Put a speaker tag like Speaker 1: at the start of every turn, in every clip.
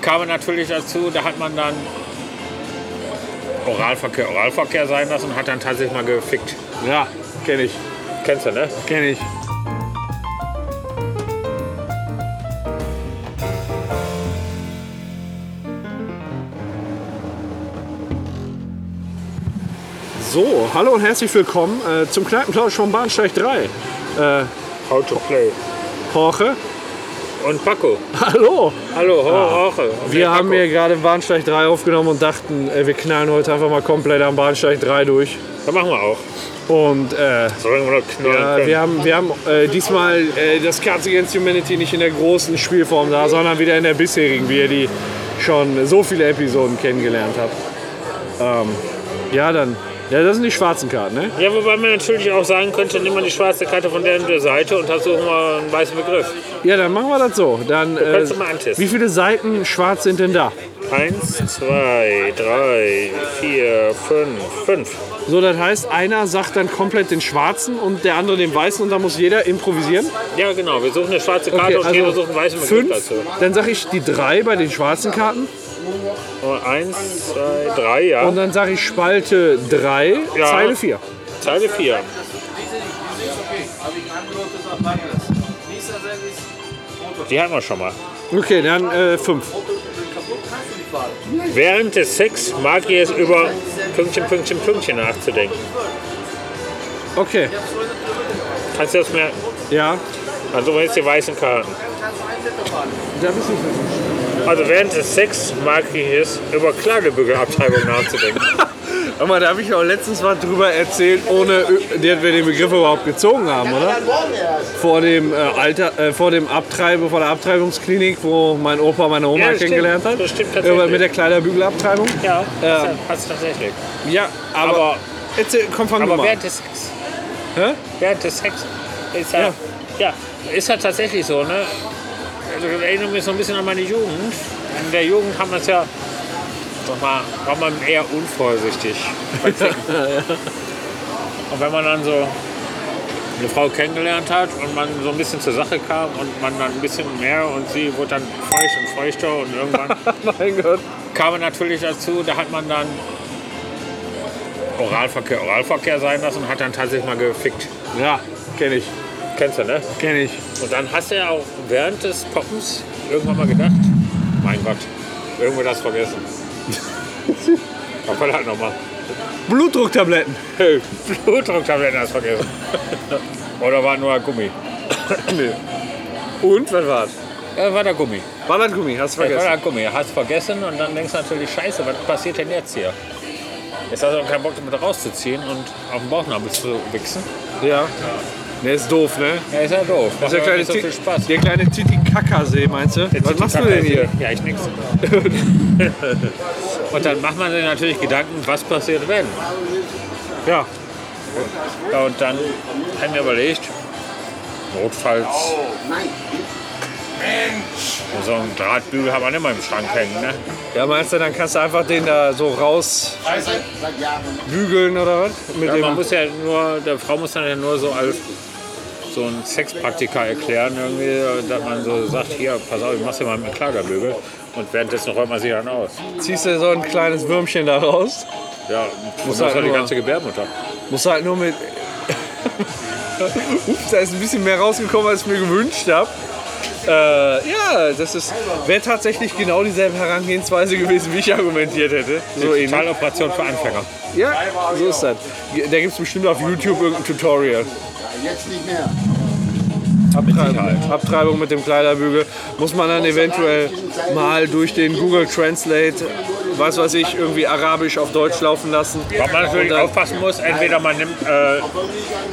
Speaker 1: kam man natürlich dazu, da hat man dann Oralverkehr, Oralverkehr sein lassen und hat dann tatsächlich mal gefickt.
Speaker 2: Ja, kenne ich.
Speaker 1: Kennst du, ne?
Speaker 2: Kenne ich. So, hallo und herzlich willkommen äh, zum Kneipenplausch vom Bahnsteig 3. Äh,
Speaker 1: How to play.
Speaker 2: Jorge,
Speaker 1: Und Paco.
Speaker 2: hallo!
Speaker 1: Hallo, ho, hoche. Und
Speaker 2: Wir
Speaker 1: der
Speaker 2: haben
Speaker 1: Paco.
Speaker 2: hier gerade Bahnsteig 3 aufgenommen und dachten, äh, wir knallen heute einfach mal komplett am Bahnsteig 3 durch.
Speaker 1: Das machen wir auch.
Speaker 2: Und äh,
Speaker 1: Solange wir noch knurren
Speaker 2: Äh,
Speaker 1: können.
Speaker 2: wir haben, wir haben äh, diesmal äh, das Cards Against Humanity nicht in der großen Spielform da, sondern wieder in der bisherigen, wie ihr die schon so viele Episoden kennengelernt habt. Ähm, ja, dann. Ja, das sind die schwarzen Karten, ne?
Speaker 1: ja, wobei man natürlich auch sagen könnte, nimm mal die schwarze Karte von der und der Seite und da suchen wir einen weißen Begriff.
Speaker 2: Ja, dann machen wir das so. Dann, äh,
Speaker 1: kannst du mal antesten.
Speaker 2: wie viele Seiten schwarz sind denn da?
Speaker 1: Eins, zwei, drei, vier, fünf, fünf.
Speaker 2: So, das heißt, einer sagt dann komplett den schwarzen und der andere den weißen und da muss jeder improvisieren.
Speaker 1: Ja, genau. Wir suchen eine schwarze Karte und jeder sucht einen weißen Begriff
Speaker 2: also fünf,
Speaker 1: dazu.
Speaker 2: dann sage ich die drei bei den schwarzen Karten
Speaker 1: Und eins, zwei, drei, ja.
Speaker 2: und dann sage ich Spalte 3,
Speaker 1: Ja.
Speaker 2: Zeile 4.
Speaker 1: Zeile 4. Die hatten wir schon mal.
Speaker 2: Okay, dann äh, fünf.
Speaker 1: Während des Sex mag ich es über Pünktchen, Pünktchen, Pünktchen nachzudenken.
Speaker 2: Okay,
Speaker 1: Kannst du das merken?
Speaker 2: ja.
Speaker 1: Also jetzt die weißen Karten.
Speaker 2: Da bist du
Speaker 1: Also während des Sex mag ich es über Klagebügelabtreibung nachzudenken.
Speaker 2: Aber da habe ich auch letztens was drüber erzählt, ohne dass wir den Begriff überhaupt gezogen haben, oder? Vor dem äh, Alter, äh, vor dem Abtreibe, vor der Abtreibungsklinik, wo mein Opa meine Oma
Speaker 1: Ja, das stimmt.
Speaker 2: kennengelernt hat.
Speaker 1: Das stimmt
Speaker 2: Über-
Speaker 1: tatsächlich.
Speaker 2: mit der Kleiderbügelabtreibung.
Speaker 1: Ja,
Speaker 2: Ähm.
Speaker 1: hast du tatsächlich.
Speaker 2: Ja, aber,
Speaker 1: Aber,
Speaker 2: erzähl, komm, fang
Speaker 1: aber,
Speaker 2: du mal. an.
Speaker 1: während des Sex.
Speaker 2: Hä?
Speaker 1: Während des Sex ist ja, ja. ist ja tatsächlich so, ne? Also das erinnert mich so ein bisschen an meine Jugend. In der Jugend haben wir es ja, sag mal, war man eher unvorsichtig. bei Ficken. und wenn man dann so eine Frau kennengelernt hat und man so ein bisschen zur Sache kam und man dann ein bisschen mehr und sie wurde dann feucht und feuchter und irgendwann
Speaker 2: mein Gott.
Speaker 1: kam man natürlich dazu, da hat man dann Oralverkehr, Oralverkehr sein lassen und hat dann tatsächlich mal gefickt.
Speaker 2: Ja, kenne ich,
Speaker 1: Kennst du, ne?
Speaker 2: kenne ich.
Speaker 1: Und dann hast du ja auch während des Poppens irgendwann mal gedacht, mein Gott, irgendwo das vergessen. Papa hat nochmal.
Speaker 2: Blutdrucktabletten.
Speaker 1: Blutdrucktabletten hast vergessen. Oder war nur ein Gummi?
Speaker 2: Nee. Und, was war's?
Speaker 1: Ja, war der Gummi.
Speaker 2: Ballergummi, hast du
Speaker 1: Ja, war
Speaker 2: vergessen.
Speaker 1: der Gummi. Hast vergessen und dann denkst du natürlich, scheiße, was passiert denn jetzt hier? Jetzt hast du keinen Bock, damit rauszuziehen und auf den Bauchnabel zu wichsen.
Speaker 2: Ja. Ne, ist doof, ne?
Speaker 1: Ja, ist ja doof. Macht
Speaker 2: Das ist der
Speaker 1: ja
Speaker 2: kleine,
Speaker 1: nicht so viel Spaß.
Speaker 2: Ti- der kleine Titicacasee, meinst du?
Speaker 1: Der
Speaker 2: Was machst du denn hier?
Speaker 1: Ja, ich nix. und dann macht man sich natürlich Gedanken, was passiert, wenn.
Speaker 2: Ja.
Speaker 1: Ja, und dann haben wir überlegt, notfalls. Und So einen Drahtbügel haben wir nicht mal im Schrank hängen. Ne?
Speaker 2: Ja, meinst du, dann kannst du einfach den da so raus bügeln oder was? Mit
Speaker 1: Ja, man
Speaker 2: dem.
Speaker 1: muss ja nur, der Frau muss dann ja nur so als so ein Sexpraktiker erklären, irgendwie, dass man so sagt: Hier, pass auf, ich mach's dir mal mit einem Klagerbügel. Und währenddessen räumt man sich dann aus.
Speaker 2: Ziehst du so ein kleines Würmchen da raus?
Speaker 1: Ja, muss
Speaker 2: halt
Speaker 1: halt die
Speaker 2: nur-
Speaker 1: ganze Gebärmutter.
Speaker 2: Musst du halt nur mit. Ups, da ist ein bisschen mehr rausgekommen, als ich mir gewünscht habe. Äh, ja, das ist. Wäre tatsächlich genau dieselbe Herangehensweise gewesen, wie ich argumentiert hätte. So ähnlich.
Speaker 1: Totaloperation für Anfänger.
Speaker 2: Ja, so ist das. Da gibt es bestimmt auf YouTube irgendein Tutorial.
Speaker 3: Jetzt nicht mehr.
Speaker 2: Abtreibung. Abtreibung mit dem Kleiderbügel muss man dann eventuell mal durch den Google Translate, was weiß ich, irgendwie arabisch auf Deutsch laufen lassen.
Speaker 1: Was man natürlich
Speaker 2: Und dann-
Speaker 1: aufpassen muss, entweder man nimmt äh, einen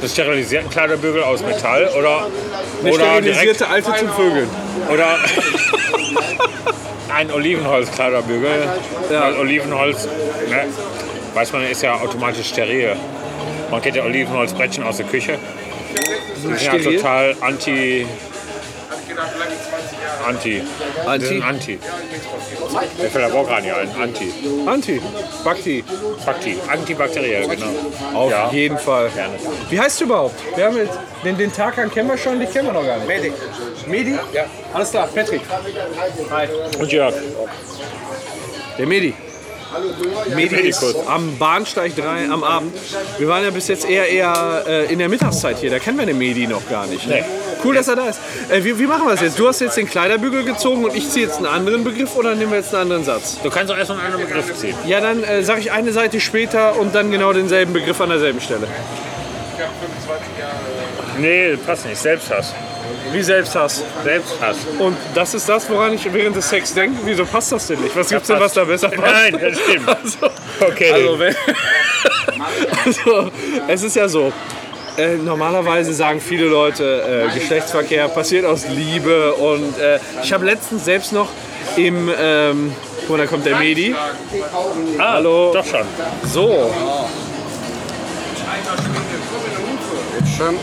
Speaker 1: sterilisierten Kleiderbügel aus Metall oder,
Speaker 2: Eine
Speaker 1: oder, direkt,
Speaker 2: sterilisierte Alte zum Vögeln.
Speaker 1: oder ein Olivenholz-Kleiderbügel. Weil Olivenholz, ne, weiß man, ist ja automatisch steril. Man kennt ja Olivenholzbrettchen aus der Küche. Die sind ja
Speaker 2: Steril?
Speaker 1: total anti Anti.
Speaker 2: Anti.
Speaker 1: Anti. Mir fällt aber auch gar nicht ein. Anti.
Speaker 2: Anti. Bakti.
Speaker 1: Bakti. Antibakteriell, genau.
Speaker 2: Auf
Speaker 1: ja.
Speaker 2: jeden Fall.
Speaker 1: Gerne.
Speaker 2: Wie heißt du überhaupt? Wir haben jetzt, den, den Tarkan kennen wir schon, die kennen wir noch gar nicht. Medi. Medi? Ja. Alles klar, Patrick. Hi.
Speaker 1: Und Jörg.
Speaker 2: Der Medi. Medi ist am Bahnsteig 3 am Abend. Wir waren ja bis jetzt eher eher äh, in der Mittagszeit hier, da kennen wir den Medi noch gar nicht. Ne?
Speaker 1: Nee.
Speaker 2: Cool, dass er da ist. Äh, wie, wie machen wir das jetzt? Du hast jetzt den Kleiderbügel gezogen und ich ziehe jetzt einen anderen Begriff oder nehmen wir jetzt einen anderen Satz?
Speaker 1: Du kannst auch erstmal einen anderen Begriff ziehen.
Speaker 2: Ja, dann äh, sage ich eine Seite später und dann genau denselben Begriff an derselben Stelle.
Speaker 1: Nee, passt nicht. Selbsthass.
Speaker 2: Wie Selbsthass.
Speaker 1: Selbsthass.
Speaker 2: Und das ist das, woran ich während des Sex denke. Wieso passt das denn nicht? Was gibt's denn, was
Speaker 1: passt.
Speaker 2: da besser passt?
Speaker 1: Nein, das stimmt.
Speaker 2: Also,
Speaker 1: Okay.
Speaker 2: also, wenn, also es ist ja so. Äh, normalerweise sagen viele Leute, äh, Geschlechtsverkehr passiert aus Liebe und äh, ich habe letztens selbst noch im, ähm, guck mal, da kommt der Medi.
Speaker 1: Ah,
Speaker 2: Hallo.
Speaker 1: Doch schon.
Speaker 2: So,
Speaker 3: Schon.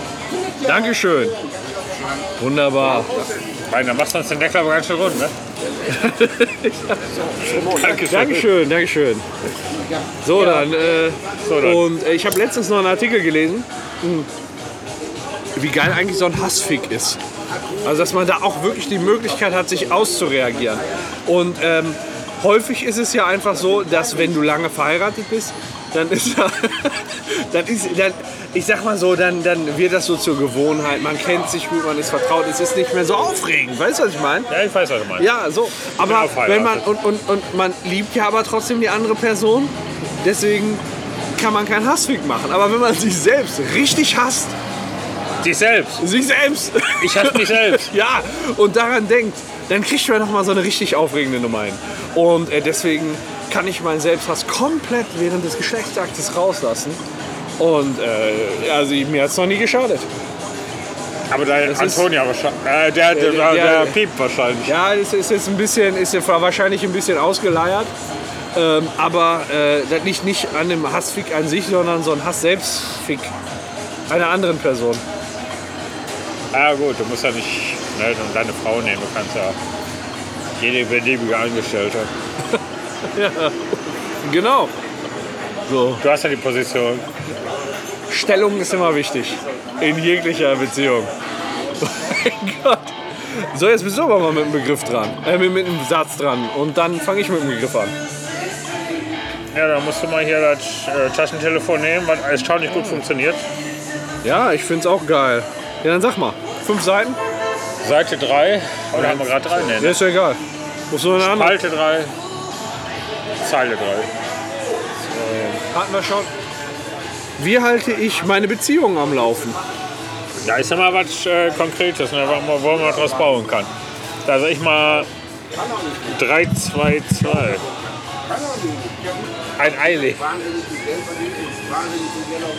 Speaker 2: Dankeschön. Wunderbar.
Speaker 1: Nein, dann machst du uns den Deckel aber ganz schön rund, ne? Danke
Speaker 2: Dankeschön, Dankeschön. So dann. Äh,
Speaker 1: So, dann.
Speaker 2: Und äh, ich habe letztens noch einen Artikel gelesen, hm, wie geil eigentlich so ein Hassfick ist. Also dass man da auch wirklich die Möglichkeit hat, sich auszureagieren. Und ähm, häufig ist es ja einfach so, dass wenn du lange verheiratet bist, dann ist ja, dann ist, dann, ich sag mal so, dann, dann wird das so zur Gewohnheit. Man kennt sich gut, man ist vertraut, es ist nicht mehr so aufregend. Weißt du, was ich meine?
Speaker 1: Ja, ich weiß, was du meinst.
Speaker 2: Ja, so. Aber
Speaker 1: auch verheiratet.
Speaker 2: wenn man und, und, und man liebt ja aber trotzdem die andere Person, deswegen kann man keinen Hassweg machen. Aber wenn man sich selbst richtig hasst,
Speaker 1: Dich selbst.
Speaker 2: sich selbst,
Speaker 1: Ich hasse mich selbst.
Speaker 2: ja, und daran denkt, dann kriegt man noch mal so eine richtig aufregende Nummer hin. Und äh, deswegen kann ich meinen Selbsthass komplett während des Geschlechtsaktes rauslassen. Und äh, also mir hat es noch nie geschadet.
Speaker 1: Aber dein
Speaker 2: ist-
Speaker 1: Antonia wahrscheinlich. Äh, der, der,
Speaker 2: Der-
Speaker 1: der,
Speaker 2: der-
Speaker 1: der Piep wahrscheinlich.
Speaker 2: Ja, das ist jetzt ein bisschen, ist ja wahrscheinlich ein bisschen ausgeleiert. Ähm, aber äh, das liegt nicht an dem Hassfick an sich, sondern so ein Hass-Selbstfick einer anderen Person.
Speaker 1: Ah, gut, du musst ja nicht ne, dann deine Frau nehmen. Du kannst ja jede beliebige Angestellte.
Speaker 2: Genau. So.
Speaker 1: Du hast ja die Position.
Speaker 2: Stellung ist immer wichtig. In jeglicher Beziehung. mein Gott. So, jetzt bist du aber mal mit einem Begriff dran. Äh, mit, mit einem Satz dran. Und dann fange ich mit dem Begriff an.
Speaker 1: Ja, dann musst du mal hier das äh, Taschentelefon nehmen, weil es schon nicht gut funktioniert.
Speaker 2: Ja, ich find's auch geil. Ja, dann sag mal. Fünf Seiten?
Speaker 1: Seite 3. Oder haben wir gerade 3? Nee,
Speaker 2: Ja,
Speaker 1: ne?
Speaker 2: ist ja egal. Muss nur eine andere.
Speaker 1: Spalte 3. Zeile 3.
Speaker 2: Hatten wir schon. Wie halte ich meine Beziehung am Laufen?
Speaker 1: Da ist ja mal was äh, Konkretes, ne, wo man- wo man draus bauen kann. Da sag ich mal 3, 2, 2. Ein Eilig.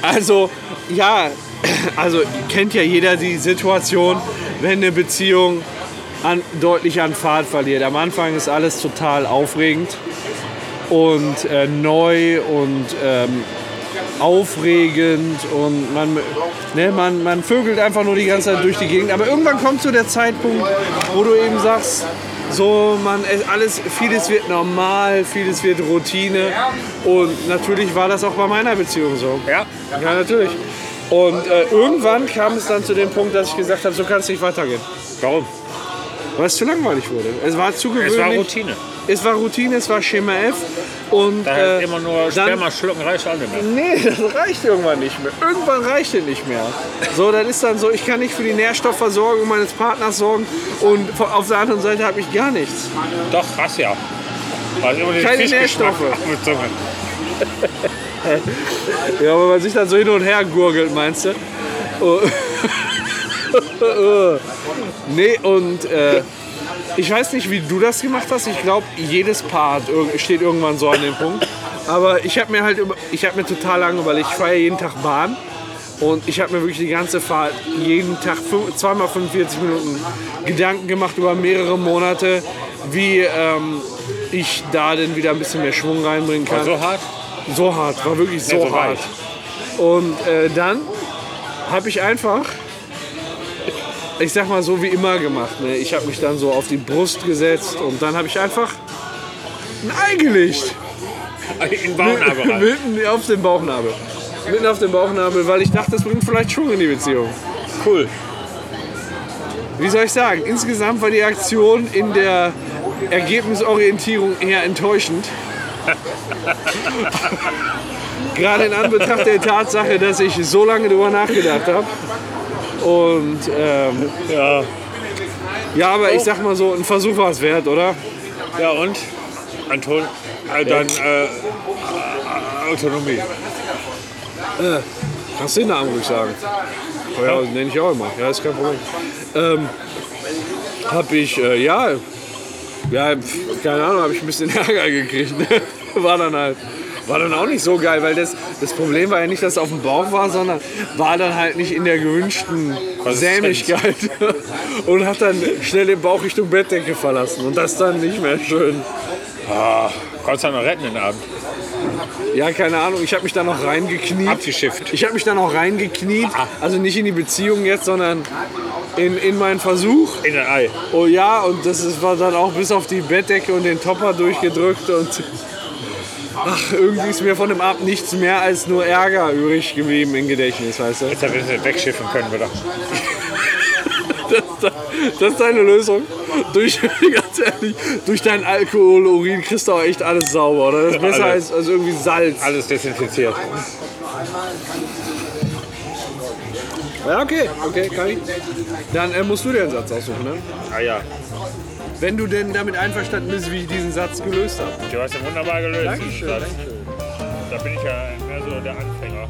Speaker 2: Also, ja, also kennt ja jeder die Situation, wenn eine Beziehung an, deutlich an Fahrt verliert. Am Anfang ist alles total aufregend und äh, neu und ähm, aufregend und man, ne, man, man vögelt einfach nur die ganze Zeit durch die Gegend. Aber irgendwann kommt so der Zeitpunkt, wo du eben sagst, so man es- alles, vieles wird normal, vieles wird Routine. Und natürlich war das auch bei meiner Beziehung so.
Speaker 1: Ja?
Speaker 2: Ja, natürlich. Und äh, irgendwann kam es dann zu dem Punkt, dass ich gesagt habe, so kann es nicht weitergehen.
Speaker 1: Warum?
Speaker 2: Weil es zu langweilig wurde. Es war zu gewöhnlich.
Speaker 1: Es war Routine.
Speaker 2: Es war Routine, es war Schema F. Und
Speaker 1: Da
Speaker 2: äh,
Speaker 1: halt immer nur
Speaker 2: dann,
Speaker 1: Sperma schlucken reicht auch nicht mehr.
Speaker 2: Nee, das reicht irgendwann nicht mehr. Irgendwann reicht es nicht mehr. So, dann ist dann so, ich kann nicht für die Nährstoffversorgung meines Partners sorgen und von- auf der anderen Seite habe ich gar nichts.
Speaker 1: Doch, hast ja. Weil immer den
Speaker 2: Mhm. Keine
Speaker 1: Fischgeschmack
Speaker 2: Nährstoffe.
Speaker 1: auf der Zunge.
Speaker 2: Ja, wenn man sich dann so hin und her gurgelt, meinst du? Oh. nee, und äh, ich weiß nicht, wie du das gemacht hast. Ich glaube, jedes Paar hat irg- steht irgendwann so an dem Punkt. Aber ich habe mir halt, über, ich habe mir total lange überlegt, ich fahre ja jeden Tag Bahn. Und ich habe mir wirklich die ganze Fahrt jeden Tag fün- zweimal 45 Minuten Gedanken gemacht über mehrere Monate, wie ähm, ich da denn wieder ein bisschen mehr Schwung reinbringen kann.
Speaker 1: So hart?
Speaker 2: So hart, war wirklich so,
Speaker 1: Nee, so
Speaker 2: hart.
Speaker 1: weich.
Speaker 2: Und äh, dann habe ich einfach ich sag mal so wie immer gemacht. Ne? Ich habe mich dann so auf die Brust gesetzt und dann habe ich einfach ein Ei gelegt.
Speaker 1: In Bauchnabel.
Speaker 2: Mitten auf den Bauchnabel. Mitten auf den Bauchnabel, weil ich dachte, das bringt vielleicht Schwung in die Beziehung.
Speaker 1: Cool.
Speaker 2: Wie soll ich sagen? Insgesamt war die Aktion in der Ergebnisorientierung eher enttäuschend. Gerade in Anbetracht der Tatsache, dass ich so lange drüber nachgedacht habe. Und ähm,
Speaker 1: Ja.
Speaker 2: ja, aber ich sag mal so, ein Versuch war es wert, oder?
Speaker 1: Ja und? Anton, äh, dann äh, äh, Autonomie.
Speaker 2: Kannst du den Namen ruhig sagen? Oh ja, nenne ich auch immer. Ja, ist kein Problem. Ähm, hab ich, äh, ja, ja, pf, keine Ahnung, habe ich ein bisschen Ärger gekriegt. ne? War dann halt, war dann auch nicht so geil, weil das, das Problem war ja nicht, dass es auf dem Bauch war, sondern war dann halt nicht in der gewünschten
Speaker 1: Konsistenz.
Speaker 2: Sämigkeit und hat dann schnell den Bauch Richtung Bettdecke verlassen und das dann nicht mehr schön.
Speaker 1: Ah, konntest du noch retten den Abend.
Speaker 2: Ja, keine Ahnung, ich habe mich da noch reingekniet.
Speaker 1: Abgeschifft.
Speaker 2: Ich habe mich dann auch reingekniet, also nicht in die Beziehung jetzt, sondern in, in meinen Versuch.
Speaker 1: In ein Ei.
Speaker 2: Oh ja, und das ist, war dann auch bis auf die Bettdecke und den Topper durchgedrückt und ach, irgendwie ist mir von dem Abend nichts mehr als nur Ärger übrig geblieben im Gedächtnis, weißt du?
Speaker 1: Jetzt hätten wir es nicht wegschiffen können, oder?
Speaker 2: Das, das ist deine Lösung. Durch, ganz ehrlich, durch deinen Alkohol, Urin kriegst du auch echt alles sauber, oder? Das ist besser
Speaker 1: Alles.
Speaker 2: als, als irgendwie Salz.
Speaker 1: Alles desinfiziert.
Speaker 2: Ja, okay, okay, kann ich. Dann äh, musst du dir einen Satz aussuchen, ne?
Speaker 1: Ah ja,
Speaker 2: Wenn du denn damit einverstanden bist, wie ich diesen Satz gelöst habe.
Speaker 1: du hast ihn wunderbar gelöst.
Speaker 2: Dankeschön,
Speaker 1: Da bin ich ja mehr so der Anfänger.